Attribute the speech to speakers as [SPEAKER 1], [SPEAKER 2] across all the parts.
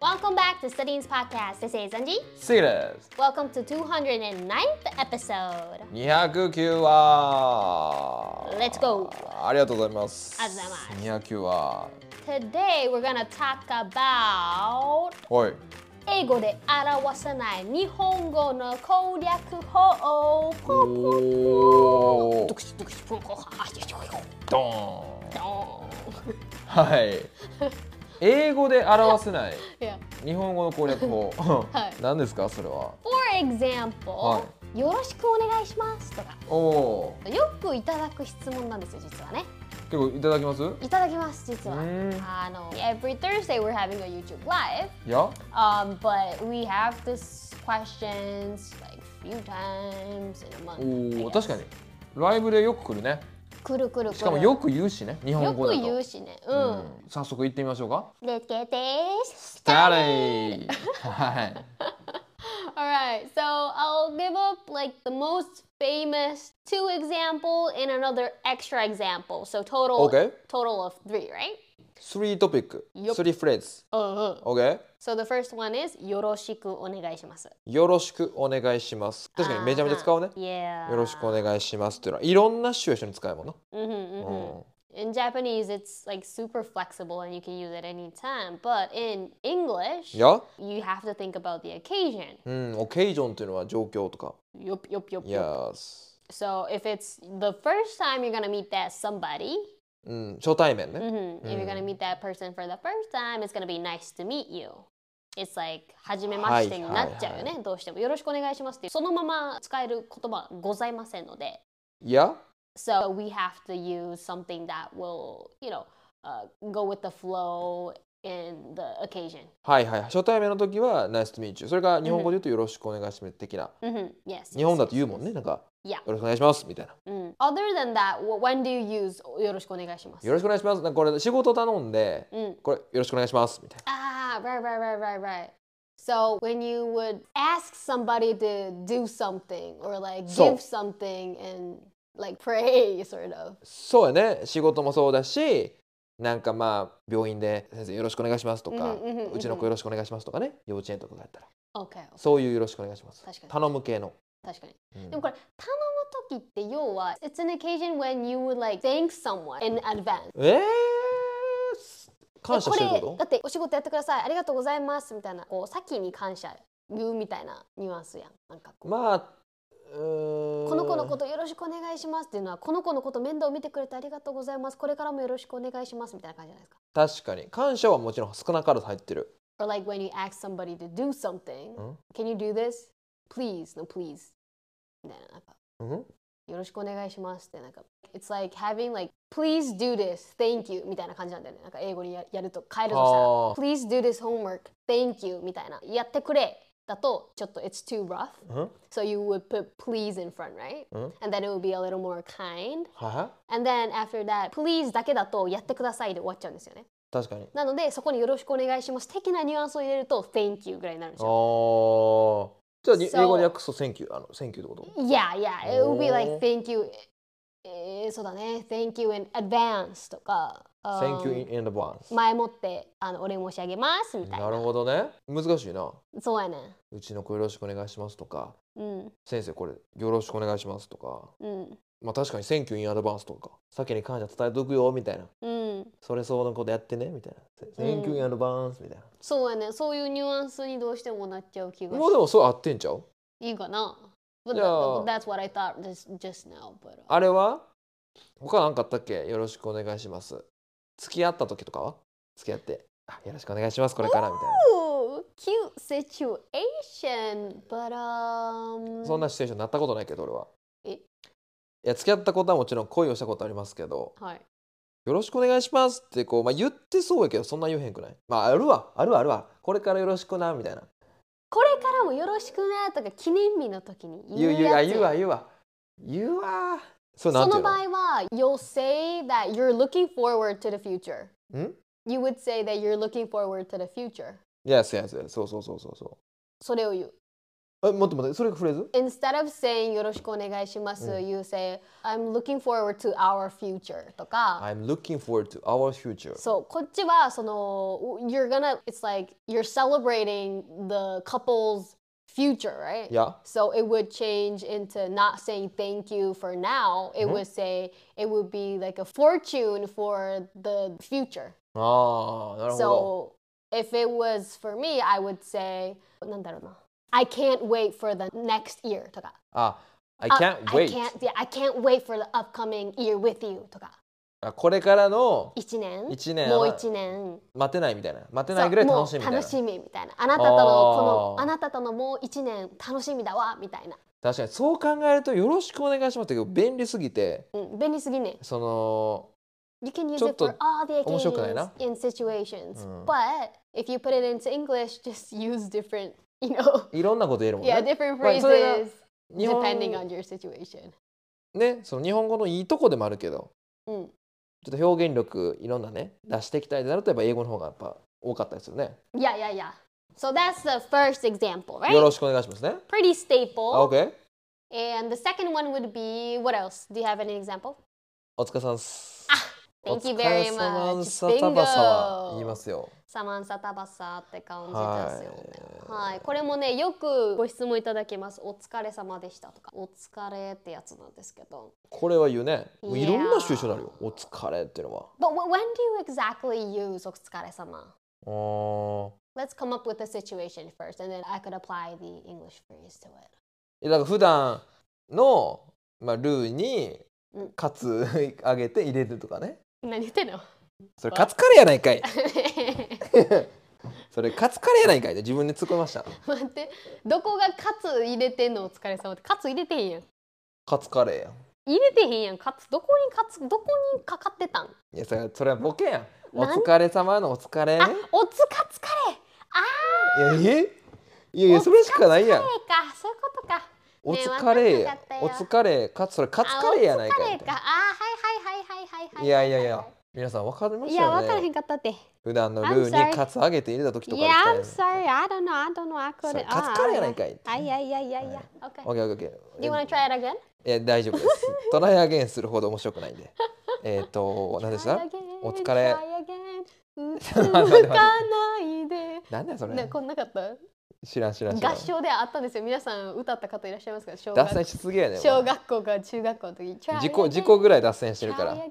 [SPEAKER 1] Welcome back to Studying's podcast. This is Anji.
[SPEAKER 2] C です
[SPEAKER 1] Welcome to 209th episode.
[SPEAKER 2] 209話
[SPEAKER 1] Let's go.
[SPEAKER 2] ありがとうございます
[SPEAKER 1] ありがとうござい
[SPEAKER 2] 209話
[SPEAKER 1] Today we're gonna talk about
[SPEAKER 2] はい
[SPEAKER 1] 英語で表さない日本語の攻略法。
[SPEAKER 2] おおードーンはい英語で表せない
[SPEAKER 1] yeah.
[SPEAKER 2] 日本語の攻略法、
[SPEAKER 1] はい
[SPEAKER 2] 何ですかそれは
[SPEAKER 1] For example、
[SPEAKER 2] は
[SPEAKER 1] よろしくお願いしますとか
[SPEAKER 2] おお
[SPEAKER 1] よくいただく質問なんですよ実はね。
[SPEAKER 2] 結構いただきますう
[SPEAKER 1] いただきます実は。
[SPEAKER 2] ーん
[SPEAKER 1] あの Every Thursday we're having a YouTube live.
[SPEAKER 2] いや
[SPEAKER 1] Um, but we have this questions like few times in a month.
[SPEAKER 2] お
[SPEAKER 1] I
[SPEAKER 2] ー
[SPEAKER 1] guess.
[SPEAKER 2] 確かにライブでよく来るね
[SPEAKER 1] くるくるくる。
[SPEAKER 2] しかもよく言うしね日本
[SPEAKER 1] よ
[SPEAKER 2] 語
[SPEAKER 1] く
[SPEAKER 2] だと
[SPEAKER 1] 言うしね。う。
[SPEAKER 2] うんん、早速行ってみましょうか
[SPEAKER 1] Let's get this.
[SPEAKER 2] スターリーはい
[SPEAKER 1] Alright, so I'll give up like the most famous two example and another extra example. So total
[SPEAKER 2] Okay.
[SPEAKER 1] total of three, right?
[SPEAKER 2] three topic,
[SPEAKER 1] Yup.
[SPEAKER 2] three phrase.
[SPEAKER 1] Uh,
[SPEAKER 2] Okay?
[SPEAKER 1] so the first one is よろしくお願いします。
[SPEAKER 2] よろしくお願いします。確かにめちゃめちゃ使うね。
[SPEAKER 1] Uh-huh. Yeah.
[SPEAKER 2] よろしくお願いしますっていうのはいろんなシチュエーションに使えるもんな。
[SPEAKER 1] Mm-hmm,
[SPEAKER 2] う
[SPEAKER 1] mm-hmm.
[SPEAKER 2] ん
[SPEAKER 1] In Japanese, it's like super flexible and you can use it any time. But in English,
[SPEAKER 2] いや、
[SPEAKER 1] you have to think about the occasion.
[SPEAKER 2] うん、オケージョンっていうのは状況とか。
[SPEAKER 1] Yup, yup, yup, yup.
[SPEAKER 2] Yes.
[SPEAKER 1] So if it's the first time you're gonna meet that somebody,
[SPEAKER 2] うん、初対面ね。
[SPEAKER 1] mhm, if you're gonna meet that person for the first time, it's gonna be nice to meet you. It's like 初めましてになっちゃうよね。どうしてもよろしくお願いしますっていうそのまま使える言葉ございませんので。
[SPEAKER 2] いや、
[SPEAKER 1] So we have to use something that will, you know, uh, go with the flow and the occasion.
[SPEAKER 2] はいはい。初対面の時は Nice to meet you。それが日本語で言うとよろしくお願いします的な。
[SPEAKER 1] Mm-hmm. Yes.
[SPEAKER 2] 日本だと言うもんね。なんか、
[SPEAKER 1] いや
[SPEAKER 2] よろしくお願いしますみたいな。
[SPEAKER 1] Mm. Other than that, wh- when do you use よろしくお願いします?
[SPEAKER 2] よろしくお願いします。なんかこれ仕事頼んで、
[SPEAKER 1] Mm.
[SPEAKER 2] これよろしくお願いしますみたい
[SPEAKER 1] Ah,
[SPEAKER 2] な。
[SPEAKER 1] right, right, right, right, right. So when you would ask somebody to do something or like
[SPEAKER 2] So-
[SPEAKER 1] give something and like pray, sort of.
[SPEAKER 2] そうやね仕事もそうだしなんかまあ病院で「先生よろしくお願いします」とか
[SPEAKER 1] うんうんうんうん
[SPEAKER 2] うちの子よろしくお願いします」とかね幼稚園とかだったら
[SPEAKER 1] Okay.
[SPEAKER 2] そういう「よろしくお願いします
[SPEAKER 1] 確か」に
[SPEAKER 2] 頼む系の、
[SPEAKER 1] 確かに。
[SPEAKER 2] うん
[SPEAKER 1] でもこれ頼む時って要は It's an occasion when you would like thank someone in advance.
[SPEAKER 2] えー、感謝してるって
[SPEAKER 1] えこれ
[SPEAKER 2] こ
[SPEAKER 1] だってお仕事やってくださいありがとうございますみたいなこう先に感謝言うみたいなニュアンスやんなんか
[SPEAKER 2] とまあうーん
[SPEAKER 1] この子のことよろしくお願いしますっていうのはこの子のこと面倒を見てくれてありがとうございますこれからもよろしくお願いしますみたいな感じじゃないですか
[SPEAKER 2] 確かに感謝はもちろん少なからず入ってる
[SPEAKER 1] Or like when you ask somebody to do something
[SPEAKER 2] ん
[SPEAKER 1] Can you do this? Please, no please みたいななんか
[SPEAKER 2] うん
[SPEAKER 1] よろしくお願いしますってなんか It's like having like Please do this, thank you みたいな感じなんだよねなんか英語にややると変えるとしたら
[SPEAKER 2] あ
[SPEAKER 1] Please do this homework. Thank you. みたいな。やってくれ。だと、ちょっと it's too rough.
[SPEAKER 2] ーうん
[SPEAKER 1] So you would put please in front, right?
[SPEAKER 2] うん
[SPEAKER 1] And then it would be a little more kind.
[SPEAKER 2] は
[SPEAKER 1] And then after that, please だけだと、やってくださいで終わっちゃうんですよね。
[SPEAKER 2] い確かに
[SPEAKER 1] なので、そこによろしくお願いします。的なニュアンスを入れると、thank you ぐらいになるんです
[SPEAKER 2] あ
[SPEAKER 1] よ。
[SPEAKER 2] ーじゃあに
[SPEAKER 1] そう
[SPEAKER 2] 英語で訳すと「Thank you」あの「Thank you」ってこと
[SPEAKER 1] Yeah, yeah. It would be
[SPEAKER 2] おー
[SPEAKER 1] like thank you. えーそうだね。Thank you in advance とか。
[SPEAKER 2] 「Thank you
[SPEAKER 1] um,
[SPEAKER 2] in advance」
[SPEAKER 1] 前もってあのお礼申し上げますみたいな。
[SPEAKER 2] なるほどね難しいな
[SPEAKER 1] そうやね。
[SPEAKER 2] うちの子よろしくお願いしますとか、
[SPEAKER 1] うん。
[SPEAKER 2] 先生これよろしくお願いしますとか、
[SPEAKER 1] うん。
[SPEAKER 2] まあ確かに選挙インアドバンスとか、先に感謝伝えとくよみたいな、
[SPEAKER 1] うん。
[SPEAKER 2] それ相応のことやってねみたいな、選挙インアドバンスみたいな。
[SPEAKER 1] そうやねそういうニュアンスにどうしてもなっちゃう気が
[SPEAKER 2] もう
[SPEAKER 1] し
[SPEAKER 2] でもそう合ってんちゃう？
[SPEAKER 1] いいかな But
[SPEAKER 2] じゃあ
[SPEAKER 1] that- that's what I thought just, just now but
[SPEAKER 2] あれは他なんかあったっけ？よろしくお願いします。付き合った時とかは？付き合って、あよろしくお願いしますこれからみたいな。
[SPEAKER 1] Ooh, cute situation but um
[SPEAKER 2] そんなシチュエーションになったことないけど俺は。
[SPEAKER 1] え
[SPEAKER 2] いや付き合ったことはもちろん恋をしたことありますけど、
[SPEAKER 1] はい
[SPEAKER 2] よろしくお願いしますってこう、まあ、言ってそうやけどそんな言えへんくないまああるわあるわあるわこれからよろしくなみたいな
[SPEAKER 1] これからもよろしくなとか記念日の時に
[SPEAKER 2] 言
[SPEAKER 1] 言
[SPEAKER 2] う
[SPEAKER 1] う
[SPEAKER 2] 言うあ
[SPEAKER 1] やつ
[SPEAKER 2] 言うわ言うわ言うわそれな
[SPEAKER 1] そ
[SPEAKER 2] んて
[SPEAKER 1] の
[SPEAKER 2] いう
[SPEAKER 1] 場
[SPEAKER 2] の
[SPEAKER 1] 合は You'll say that you're looking forward to the future
[SPEAKER 2] ん
[SPEAKER 1] You would say that you're looking forward to the future
[SPEAKER 2] Yes yes yes そうそうそうそうそ
[SPEAKER 1] それを言う
[SPEAKER 2] え、待って待って、それがフレーズ
[SPEAKER 1] Instead of saying よろしくお願いします、you say I'm looking forward to our future とか、
[SPEAKER 2] ?I'm looking forward to our future.
[SPEAKER 1] そうこっちはその you're gonna it's like you're celebrating the couple's future right
[SPEAKER 2] Yeah.
[SPEAKER 1] so it would change into not saying thank you for now it
[SPEAKER 2] Mm-hmm.
[SPEAKER 1] would say it would be like a fortune for the future
[SPEAKER 2] ああ、なるほど。
[SPEAKER 1] so if it was for me I would say なんだろうな I can't wait for the next year とか
[SPEAKER 2] あ、I
[SPEAKER 1] I
[SPEAKER 2] can't wait.
[SPEAKER 1] I can't, yeah, I can't wait for the upcoming year with you とか
[SPEAKER 2] あこれからの
[SPEAKER 1] 一年
[SPEAKER 2] 一年
[SPEAKER 1] もう一年
[SPEAKER 2] 待てないみたいな。待て
[SPEAKER 1] そ
[SPEAKER 2] な
[SPEAKER 1] う
[SPEAKER 2] いぐらい
[SPEAKER 1] も
[SPEAKER 2] 楽
[SPEAKER 1] う
[SPEAKER 2] しいみたいな。
[SPEAKER 1] 楽しみみたいなあなたとのこ
[SPEAKER 2] あ
[SPEAKER 1] の
[SPEAKER 2] ー
[SPEAKER 1] あなたとのもう1年楽しみだわみたいな、
[SPEAKER 2] 確かにそう考えるとよろしくお願いしますってけど便利すぎて
[SPEAKER 1] うん、便利すぎんね
[SPEAKER 2] その
[SPEAKER 1] You can use
[SPEAKER 2] ち
[SPEAKER 1] it
[SPEAKER 2] ょっと
[SPEAKER 1] for all the
[SPEAKER 2] 面白くないな
[SPEAKER 1] occasions and situations、
[SPEAKER 2] うん
[SPEAKER 1] but if you put it into English just use different you know
[SPEAKER 2] いろんなこと言えるもん
[SPEAKER 1] yeah
[SPEAKER 2] ね。
[SPEAKER 1] different
[SPEAKER 2] まあそれが
[SPEAKER 1] phrases
[SPEAKER 2] 日本
[SPEAKER 1] depending on your situation
[SPEAKER 2] ね、その日本語のいいとこでもあるけど、
[SPEAKER 1] うん
[SPEAKER 2] ちょっと表現力いろんなね出していきたいってなるとやっぱ英語の方がやっぱ多かったですよね。
[SPEAKER 1] yeah yeah yeah so that's the first example
[SPEAKER 2] よ
[SPEAKER 1] right
[SPEAKER 2] ろしくお願いしますね。
[SPEAKER 1] pretty
[SPEAKER 2] あ
[SPEAKER 1] staple
[SPEAKER 2] OK。
[SPEAKER 1] and the second one would be what else do you have any example
[SPEAKER 2] お疲れさんっす。
[SPEAKER 1] あ Thank you very
[SPEAKER 2] お疲れ様
[SPEAKER 1] much.
[SPEAKER 2] さたばさは
[SPEAKER 1] Bingo
[SPEAKER 2] 言いますよ。
[SPEAKER 1] サマンサタバサって感じですよね。はい、これもねよくご質問いただけます。お疲れ様でしたとか、お疲れってやつなんですけど。
[SPEAKER 2] これは言うね。
[SPEAKER 1] Yeah
[SPEAKER 2] いろんな種種になるよ。お疲れっていうのは。
[SPEAKER 1] But wh- when do you exactly use お疲れ様
[SPEAKER 2] あー
[SPEAKER 1] Let's come up with a situation first, and then I could apply the English phrase to it.
[SPEAKER 2] えだから普段のまあルーに
[SPEAKER 1] うん
[SPEAKER 2] カツあげて入れるとかね。
[SPEAKER 1] 何言ってんの
[SPEAKER 2] それカツカレーやないかい。 それカツカレーやないかいって自分で突っ込みました。
[SPEAKER 1] 待って、どこがカツ入れてんのお疲れ様って。カツ入れてへんやん。
[SPEAKER 2] カツカレーやん。
[SPEAKER 1] 入れてへんやん。カツ、どこにカツ、どこにかかってたん
[SPEAKER 2] いやそれそれはボケやん。お
[SPEAKER 1] なん
[SPEAKER 2] 疲れ様のお疲れね
[SPEAKER 1] あ。、おつか疲れ。
[SPEAKER 2] いやえいやいやそれしかないや
[SPEAKER 1] 疲。
[SPEAKER 2] ん
[SPEAKER 1] れか、そういうことか。
[SPEAKER 2] お
[SPEAKER 1] ねえ
[SPEAKER 2] 疲れ
[SPEAKER 1] わかんなかったよ
[SPEAKER 2] お疲れカツそれカツカレーやないかい
[SPEAKER 1] あ
[SPEAKER 2] み
[SPEAKER 1] お疲れ
[SPEAKER 2] たい
[SPEAKER 1] か。あ
[SPEAKER 2] な。
[SPEAKER 1] はいはいはいはいはいはい。
[SPEAKER 2] いやいやいや。皆さん分かりま
[SPEAKER 1] い
[SPEAKER 2] し
[SPEAKER 1] や、わ
[SPEAKER 2] た
[SPEAKER 1] から
[SPEAKER 2] よ
[SPEAKER 1] へ
[SPEAKER 2] ね。
[SPEAKER 1] んかったって。
[SPEAKER 2] 普段のル
[SPEAKER 1] I'm
[SPEAKER 2] ー
[SPEAKER 1] sorry
[SPEAKER 2] にカツあげて入れた時とか
[SPEAKER 1] Yeah,
[SPEAKER 2] ですか
[SPEAKER 1] I'm
[SPEAKER 2] ね。
[SPEAKER 1] sorry. I don't know. I don't know. I
[SPEAKER 2] それ
[SPEAKER 1] couldn't.
[SPEAKER 2] カツカレーやない
[SPEAKER 1] い。
[SPEAKER 2] かい。
[SPEAKER 1] あ、いやいやいやいや。Okay.
[SPEAKER 2] OK OK OK。
[SPEAKER 1] Do you wanna try it again?
[SPEAKER 2] え大丈夫です。トライアゲインするほど面白くないんで。 えっと何でした
[SPEAKER 1] Try again,
[SPEAKER 2] お疲れ
[SPEAKER 1] try again. うつ
[SPEAKER 2] ょっと 待って
[SPEAKER 1] むかないで。
[SPEAKER 2] なんだよそれ
[SPEAKER 1] ね、。こんなかった
[SPEAKER 2] 知らん知らん知らん
[SPEAKER 1] 合。唱であったんですよ。皆さん歌った方いらっしゃいますか小
[SPEAKER 2] 脱線
[SPEAKER 1] 学
[SPEAKER 2] しすぎやねん。
[SPEAKER 1] 小学校か中学校の時。Try
[SPEAKER 2] 自
[SPEAKER 1] again,
[SPEAKER 2] 己自己ぐらい脱線してる
[SPEAKER 1] try
[SPEAKER 2] から。
[SPEAKER 1] again.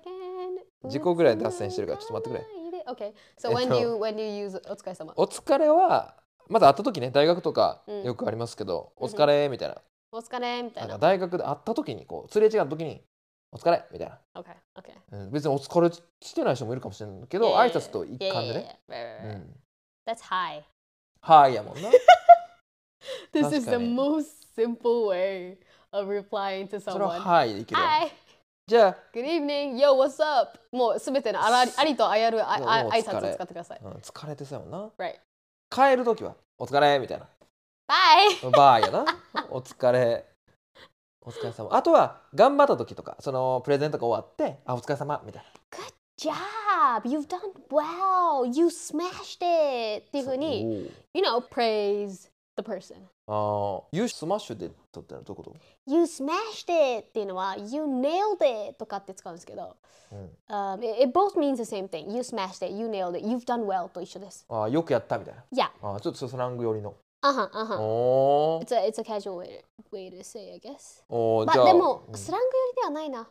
[SPEAKER 2] 自己ぐらい脱線してるからちょっと待って
[SPEAKER 1] くれ。Okay. So when
[SPEAKER 2] えっと
[SPEAKER 1] do you, when do you use お疲れ様
[SPEAKER 2] お疲れはまだ会った時ね大学とか
[SPEAKER 1] うん
[SPEAKER 2] よくありますけど、お疲れみたいな
[SPEAKER 1] お疲れみた
[SPEAKER 2] ないんか
[SPEAKER 1] な。
[SPEAKER 2] 大学で会った時にこうすれ違う時にお疲れみたい
[SPEAKER 1] Okay, okay.
[SPEAKER 2] な、うん、別にお疲れしてない人もいるかもしれないけ
[SPEAKER 1] け
[SPEAKER 2] ど、挨拶と一貫でね、。
[SPEAKER 1] Yeah, yeah, yeah, yeah. Right,
[SPEAKER 2] う
[SPEAKER 1] right, right.
[SPEAKER 2] ん、
[SPEAKER 1] That's high.
[SPEAKER 2] はいや もんな
[SPEAKER 1] This is the
[SPEAKER 2] 確かに。
[SPEAKER 1] most simple way of replying to
[SPEAKER 2] それは
[SPEAKER 1] someone.
[SPEAKER 2] はいでいけるわ
[SPEAKER 1] Hi,
[SPEAKER 2] じゃ
[SPEAKER 1] good evening, yo, what's up? もうすべてのあらありとあやるあ
[SPEAKER 2] もう
[SPEAKER 1] あ
[SPEAKER 2] もう
[SPEAKER 1] 挨
[SPEAKER 2] 疲れ
[SPEAKER 1] 拶を使ってください。
[SPEAKER 2] あ、うん、疲れてそうやもんな
[SPEAKER 1] Right.
[SPEAKER 2] 帰る時はお疲れみたいな
[SPEAKER 1] Bye.
[SPEAKER 2] バーやな お疲れお疲れ様あとは頑張った時とかそのプレゼントが終わってあお疲れ様みたい
[SPEAKER 1] Job, you've done well, you smashed it. っていうふ
[SPEAKER 2] な
[SPEAKER 1] うに、
[SPEAKER 2] おー
[SPEAKER 1] you know, praise the person.
[SPEAKER 2] ああ、ユースマッシュで撮ったらどういうこ
[SPEAKER 1] You smashed it っていうのは You nailed it とかって使うんですけど、
[SPEAKER 2] と、
[SPEAKER 1] um, it, it both means the same thing. You smashed it, you nailed it, you've done well と一緒です。
[SPEAKER 2] ああ、よくやったみたいな。
[SPEAKER 1] Yeah.
[SPEAKER 2] ああ、ちょっとスラング寄りの。
[SPEAKER 1] あはんあはん。
[SPEAKER 2] Oh. お
[SPEAKER 1] uh-huh. It's a, it's a casual way to, way to say, I guess.
[SPEAKER 2] お、おお、
[SPEAKER 1] ま
[SPEAKER 2] じゃ
[SPEAKER 1] あ
[SPEAKER 2] あ、
[SPEAKER 1] でも
[SPEAKER 2] う、ん
[SPEAKER 1] スラングよりではないな。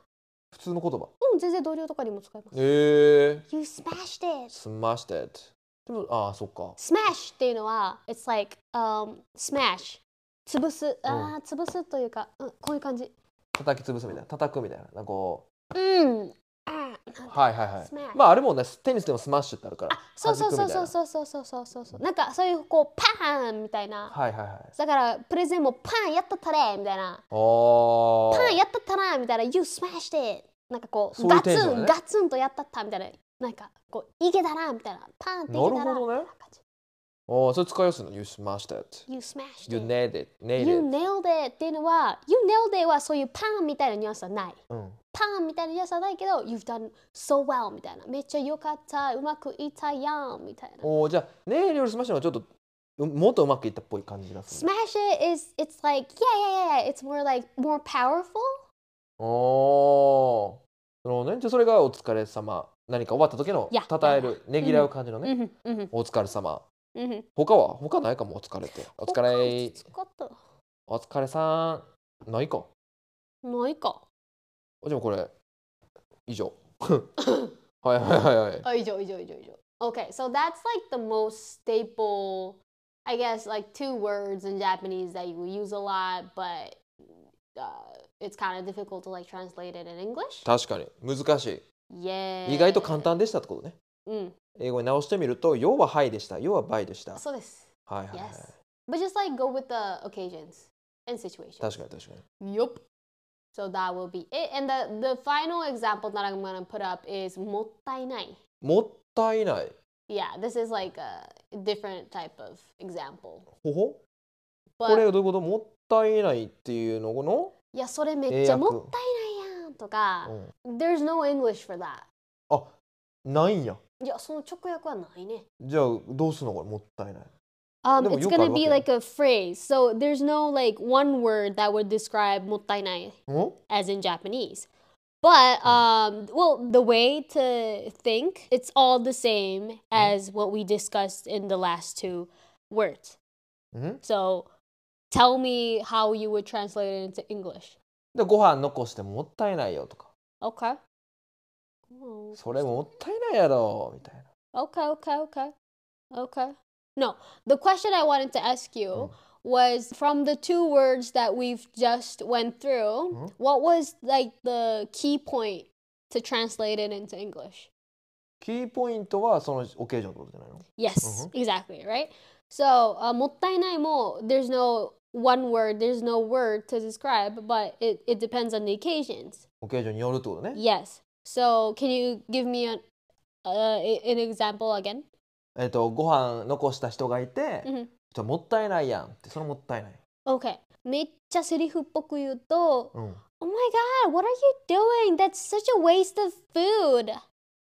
[SPEAKER 2] 普通の言葉。
[SPEAKER 1] うん、全然同僚とかにも使います。
[SPEAKER 2] ええ
[SPEAKER 1] You smashed it!
[SPEAKER 2] スマッシュ it。でも、ああ、そっか。
[SPEAKER 1] Smash っていうのは、It's like, um, smash. 潰す。ああ、潰すというか、うん、こういう感じ。
[SPEAKER 2] 叩き潰すみたいな、叩くみたいな、なんかこ
[SPEAKER 1] うん。あ
[SPEAKER 2] う。
[SPEAKER 1] ー
[SPEAKER 2] はいはいは
[SPEAKER 1] スマッシ
[SPEAKER 2] い。
[SPEAKER 1] ュ
[SPEAKER 2] まあ、あれもね、テニスでもスマッシュってあるから。
[SPEAKER 1] あそうそうそうそう
[SPEAKER 2] う。
[SPEAKER 1] そうそうそうそうそうそう。なんかそういうこう、パーンみたいな。
[SPEAKER 2] はいはいはい。
[SPEAKER 1] だからプレゼンもパンやったったれみたいな
[SPEAKER 2] おお。
[SPEAKER 1] パンやったったなみたいな You smashed it なんかこう
[SPEAKER 2] そうい
[SPEAKER 1] ガ
[SPEAKER 2] うテンシ
[SPEAKER 1] ツ
[SPEAKER 2] ョン
[SPEAKER 1] ン、
[SPEAKER 2] ね
[SPEAKER 1] ガツンとやったったみたいななんかこういけたなみたいなパンっていけたな
[SPEAKER 2] なるほどね
[SPEAKER 1] みたいな感じ
[SPEAKER 2] おお、それ使いやすいの。You smashed it。
[SPEAKER 1] You smashed
[SPEAKER 2] You
[SPEAKER 1] it
[SPEAKER 2] nailed it.
[SPEAKER 1] You
[SPEAKER 2] Nailed it.
[SPEAKER 1] nailed it っていうのは You nailed it はそういうパンみたいなニュアンスはない
[SPEAKER 2] うん。
[SPEAKER 1] パンみたいなニュアンスはないけど You've done so well みたいなめっちゃ良かったうまくいったやんみたいな
[SPEAKER 2] おお、じゃあ、nailed よりスマッシュの方がちょっとうもっとうまくいったっぽい感じがする。
[SPEAKER 1] Smash it is it's like yeah yeah yeah yeah. It's more like more powerful.
[SPEAKER 2] おーなるほどね。じゃあそれがお疲れ様。何か終わった時の
[SPEAKER 1] いや
[SPEAKER 2] 称える、ねぎらう感じのね。
[SPEAKER 1] うんうん
[SPEAKER 2] お疲れ様。
[SPEAKER 1] うん。
[SPEAKER 2] 他は他ないかもお疲れって。お疲れ
[SPEAKER 1] 使った。
[SPEAKER 2] お疲れさん。ないか。
[SPEAKER 1] ないか。
[SPEAKER 2] あでもこれ 以上。はいはいはいは
[SPEAKER 1] Oh,
[SPEAKER 2] い。
[SPEAKER 1] 以上以上以上以上 Okay, so that's like the most staple, I guess, like two words in Japanese that you use a lot, but uh, it's kind of difficult to like translate it in English.
[SPEAKER 2] 確かに難し
[SPEAKER 1] Yeah.
[SPEAKER 2] い。意外と簡単でしたってことね。
[SPEAKER 1] Mm,
[SPEAKER 2] 英語に直してみると、要ははいでした。要はバイでした。はい
[SPEAKER 1] so this.
[SPEAKER 2] はいはい。
[SPEAKER 1] Yes. But just like go with the occasions and situations.
[SPEAKER 2] 確かに確かに。
[SPEAKER 1] Yup. So that will be it. And the, the final example that I'm going to put up is もったいない.
[SPEAKER 2] もったいない。
[SPEAKER 1] Yeah, this is like a different type of example.
[SPEAKER 2] ほほこ
[SPEAKER 1] But
[SPEAKER 2] れはどういうこともったいないっていうのの、
[SPEAKER 1] いやそれめっちゃ
[SPEAKER 2] 英訳
[SPEAKER 1] もったいないやんとか
[SPEAKER 2] う、ん
[SPEAKER 1] There's no English for that
[SPEAKER 2] あないんや。
[SPEAKER 1] いやその直訳はないね、
[SPEAKER 2] じゃあどうすんのこれもったいない。
[SPEAKER 1] um,
[SPEAKER 2] でも
[SPEAKER 1] It's
[SPEAKER 2] よくある
[SPEAKER 1] gonna
[SPEAKER 2] わけ
[SPEAKER 1] be
[SPEAKER 2] よ
[SPEAKER 1] like a phrase So there's no like one word that would describe もったいない
[SPEAKER 2] うん？
[SPEAKER 1] as in Japanese But
[SPEAKER 2] Hmm.
[SPEAKER 1] um, well the way to think It's all the
[SPEAKER 2] Hmm.
[SPEAKER 1] same as what we discussed in the last two words
[SPEAKER 2] うん？
[SPEAKER 1] So tell me how you would translate it into English
[SPEAKER 2] でご飯残してもったいないよとか、
[SPEAKER 1] Okay
[SPEAKER 2] それももったいないやろみたいな。
[SPEAKER 1] Okay, okay, okay. Okay. No, the question I wanted to ask you was from the two words that we've just went through, what was like the key point to translate it into English?
[SPEAKER 2] キーポイントはそのオケージョンってことじゃないの？
[SPEAKER 1] Yes, exactly, right? So, uh, もったいない mo, there's no one word, there's no word to describe, but it, it depends on the occasions.
[SPEAKER 2] オケージョンによるってことね。
[SPEAKER 1] Yes. So, can you give me an, uh, a- an example again?
[SPEAKER 2] えっとご飯残した人がいて、
[SPEAKER 1] うん
[SPEAKER 2] ちょもったいないやんってそれもったいない。
[SPEAKER 1] Okay. めっちゃセリフっぽく言うと、
[SPEAKER 2] うん。
[SPEAKER 1] Oh my god, what are you doing? That's such a waste of food! っ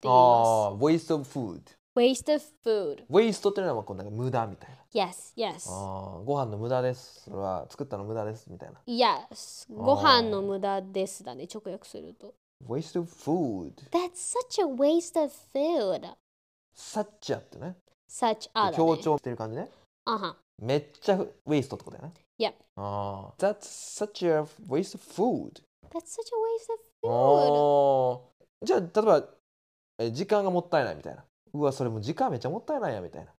[SPEAKER 1] て言います。
[SPEAKER 2] ああー、waste of food。
[SPEAKER 1] Waste of food.
[SPEAKER 2] waste っていうのはこうなんか無駄みたいな。
[SPEAKER 1] Yes, yes.
[SPEAKER 2] あーご飯の無駄です。それは作ったの無駄ですみたいな。
[SPEAKER 1] Yes. ご飯の無駄ですだね、直訳すると。
[SPEAKER 2] waste of food。
[SPEAKER 1] That's such a waste of food.
[SPEAKER 2] サッチャってね。
[SPEAKER 1] Such Uh-huh. a だね。
[SPEAKER 2] 強。調してる感じね。
[SPEAKER 1] あは。
[SPEAKER 2] めっちゃウェイストってことだよね。
[SPEAKER 1] Yep.
[SPEAKER 2] ああ。That's such a waste of food.
[SPEAKER 1] That's such a waste of food.
[SPEAKER 2] ああ。じゃあ、例えば、え時間がもったいないみたいな。うわ、それもう時間めっちゃもったいないやみたいな。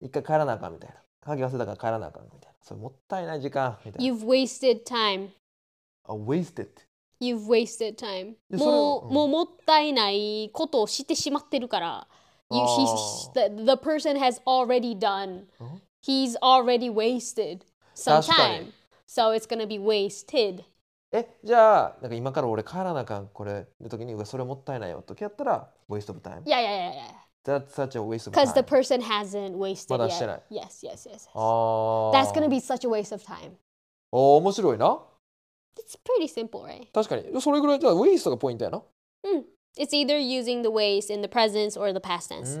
[SPEAKER 2] 一回帰らなあかんみたいな。鍵忘れたから帰らなあかんみたいな。それもったいない時間みたいな。
[SPEAKER 1] You've wasted time.
[SPEAKER 2] あ、wasted.
[SPEAKER 1] You've wasted time.
[SPEAKER 2] いやそれ
[SPEAKER 1] もう,、
[SPEAKER 2] うん
[SPEAKER 1] もうもったいないことをしてしまってるから。You,
[SPEAKER 2] あ
[SPEAKER 1] he's, the, the person has already done. He's already wasted some
[SPEAKER 2] 確かに
[SPEAKER 1] time. So it's gonna be wasted.
[SPEAKER 2] え、じゃあ、なんか今から俺帰らなあかんこれの時に、うわ、それもったいないよ時やったら、waste of time。
[SPEAKER 1] Yeah, yeah, yeah, yeah.
[SPEAKER 2] That's such a waste of
[SPEAKER 1] Because the
[SPEAKER 2] time.
[SPEAKER 1] person hasn't wasted
[SPEAKER 2] まだしてない。
[SPEAKER 1] yet. Yes, yes, yes. yes.
[SPEAKER 2] Ah. ああ。
[SPEAKER 1] That's gonna be such a waste of time.
[SPEAKER 2] おー面白いな。
[SPEAKER 1] It's pretty simple, right?
[SPEAKER 2] 確かに。それぐらいじゃあ、ウェイストがポイントやな。
[SPEAKER 1] It's either using the waste in the presence or the past tense.
[SPEAKER 2] うー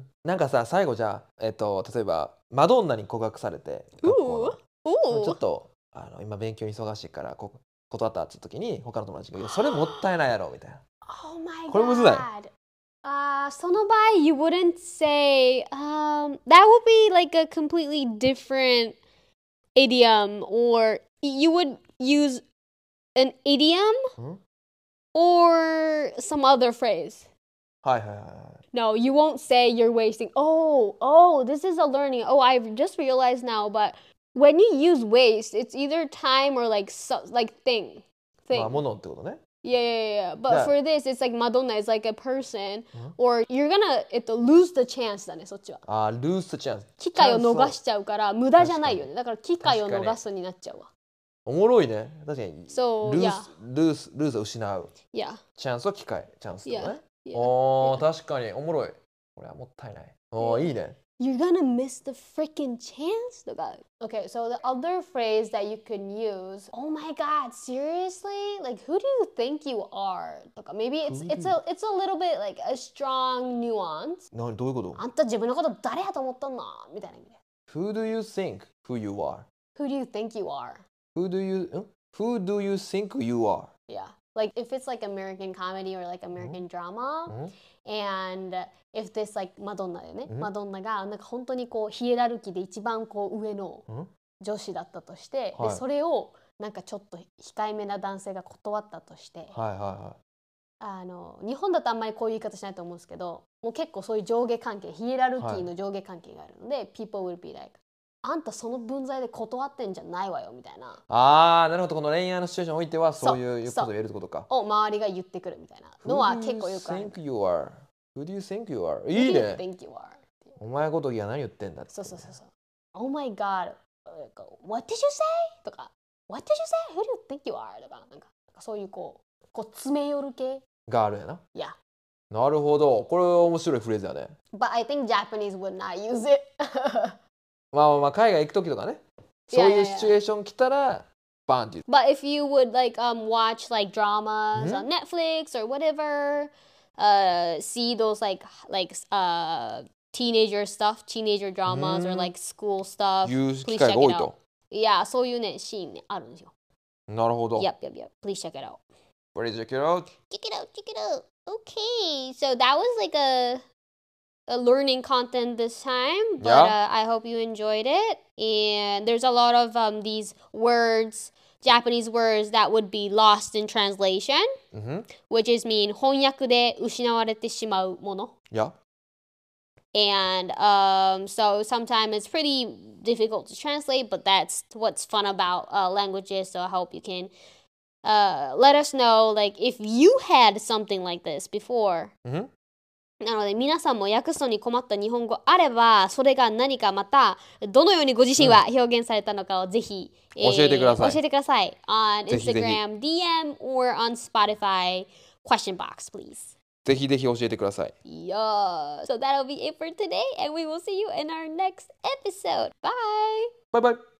[SPEAKER 2] んなんかさ最後じゃあ、えっと、例えばマドンナに告白されて学校
[SPEAKER 1] Ooh.
[SPEAKER 2] のちょっとあの今勉強忙しいからこ断ったって時に他の友達が「いやそれもったいないやろ」みたいな
[SPEAKER 1] Oh my
[SPEAKER 2] これむずない？
[SPEAKER 1] god. Uh, その場合 you wouldn't say um that would be like a completely different idiom or you would use an idiom
[SPEAKER 2] ん
[SPEAKER 1] or some other phrase.
[SPEAKER 2] はいはいはいはい
[SPEAKER 1] No, you won't say you're wasting. Oh, oh, this is a learning. Oh, I've just realized now, but when you use waste, it's either time or like so, like thing.
[SPEAKER 2] まあ
[SPEAKER 1] Thing.
[SPEAKER 2] ものってことね
[SPEAKER 1] Yeah, yeah, yeah, yeah. But
[SPEAKER 2] Yeah.
[SPEAKER 1] for this, it's like Madonna is like a person, or you're gonna えっと lose the chance だね、そっちは。
[SPEAKER 2] あールースチャンス
[SPEAKER 1] 機会を逃しちゃうから、無駄じゃないよね。だから機会を逃すになっちゃうわ。
[SPEAKER 2] おもろいね確かに
[SPEAKER 1] So,
[SPEAKER 2] ルースルースルースを失う
[SPEAKER 1] Yeah.
[SPEAKER 2] チャンスは機会チャンスってことね
[SPEAKER 1] Yeah.
[SPEAKER 2] おー確かにおもろいこれはもったいないおーいいね
[SPEAKER 1] You're gonna miss the freaking chance とか。Okay, so the other phrase that you can use, oh my god, seriously? Like, who do you think you are? とか、maybe it's, it's, a, it's a little bit like a strong nuance.
[SPEAKER 2] などういうこと
[SPEAKER 1] あんた自分のこと誰やと思ったんだみたいな意味で。
[SPEAKER 2] Who do you think who you are?
[SPEAKER 1] Who do you think you are?
[SPEAKER 2] Who do you ん Who do you think you are?
[SPEAKER 1] Yeah. Like if it's like American comedy or like American drama, and if this like マドンナだよね、マドンナがなんか本当にこうヒエラルキーで一番こう上の
[SPEAKER 2] うん
[SPEAKER 1] 女子だったとして、
[SPEAKER 2] はい
[SPEAKER 1] でそれをなんかちょっと控えめな男性が断ったとして、
[SPEAKER 2] はいはいは。
[SPEAKER 1] あの日本だとあんまりこういう言い方しないと思うんですけど、もう結構そういう上下関係、ヒエラルキーの上下関係があるので、people will be like あんたその分際で断ってんじゃないわよみたいない
[SPEAKER 2] ああなるほどこの恋愛のシチュエーションにおいては
[SPEAKER 1] そう
[SPEAKER 2] そういうことを言えるってことか。
[SPEAKER 1] を周りが言ってくるみたいなのは結構よくある
[SPEAKER 2] Who。do you think you are? Who do you think you are?
[SPEAKER 1] Who
[SPEAKER 2] い
[SPEAKER 1] do you
[SPEAKER 2] いね。
[SPEAKER 1] think you are?
[SPEAKER 2] お前ごときが何言ってんだって。
[SPEAKER 1] そうそうそうそう。Oh my god! なんか What did you say? とか What did you say? Who do you think you are? とかなんかなんかそういうこうこう詰め寄る系。
[SPEAKER 2] ガールやな。
[SPEAKER 1] いや。
[SPEAKER 2] なるほど。これは面白いフレーズだね。
[SPEAKER 1] But I think Japanese would not use it.
[SPEAKER 2] まあまあまあ海外行くときとかね。
[SPEAKER 1] いや
[SPEAKER 2] そう
[SPEAKER 1] いやい
[SPEAKER 2] い
[SPEAKER 1] や
[SPEAKER 2] うシチュエーション来たらバーンって言う。
[SPEAKER 1] But if you would like um watch like dramas on Netflix or whatever, uh see those like h- like uh teenager stuff, teenager dramas or like school stuff.
[SPEAKER 2] 言う機
[SPEAKER 1] Please
[SPEAKER 2] 会
[SPEAKER 1] check
[SPEAKER 2] が多
[SPEAKER 1] it
[SPEAKER 2] い
[SPEAKER 1] out.
[SPEAKER 2] と。
[SPEAKER 1] いや、そういうね、シーンね、あるんですよ。
[SPEAKER 2] なるほど。
[SPEAKER 1] Yep, yep, yep. Please check it out.
[SPEAKER 2] What is your cute?
[SPEAKER 1] check it out, check it out. Okay, so that was like a a learning content this time, but
[SPEAKER 2] Yeah.
[SPEAKER 1] uh, I hope you enjoyed it. And there's a lot of um these words, Japanese words that would be lost in translation,
[SPEAKER 2] うんふん。
[SPEAKER 1] which is mean 翻訳で失われてしまうもの。
[SPEAKER 2] いや。
[SPEAKER 1] And um, so sometimes it's pretty difficult to translate, but that's what's fun about uh, languages. So I hope you can uh, let us know, like, if you had something like this before.
[SPEAKER 2] うん
[SPEAKER 1] なので皆さんも訳すのに困った日本語あればそれが何かまたどのようにご自身は表現されたのかをぜひ、
[SPEAKER 2] 教えてください
[SPEAKER 1] 教えてください on
[SPEAKER 2] ぜひぜひ
[SPEAKER 1] Instagram DM or on Spotify question box please
[SPEAKER 2] ぜひぜひ教えてください。
[SPEAKER 1] Yeah. So that'll be it for today, and we will see you in our next episode. Bye.
[SPEAKER 2] バイバイ。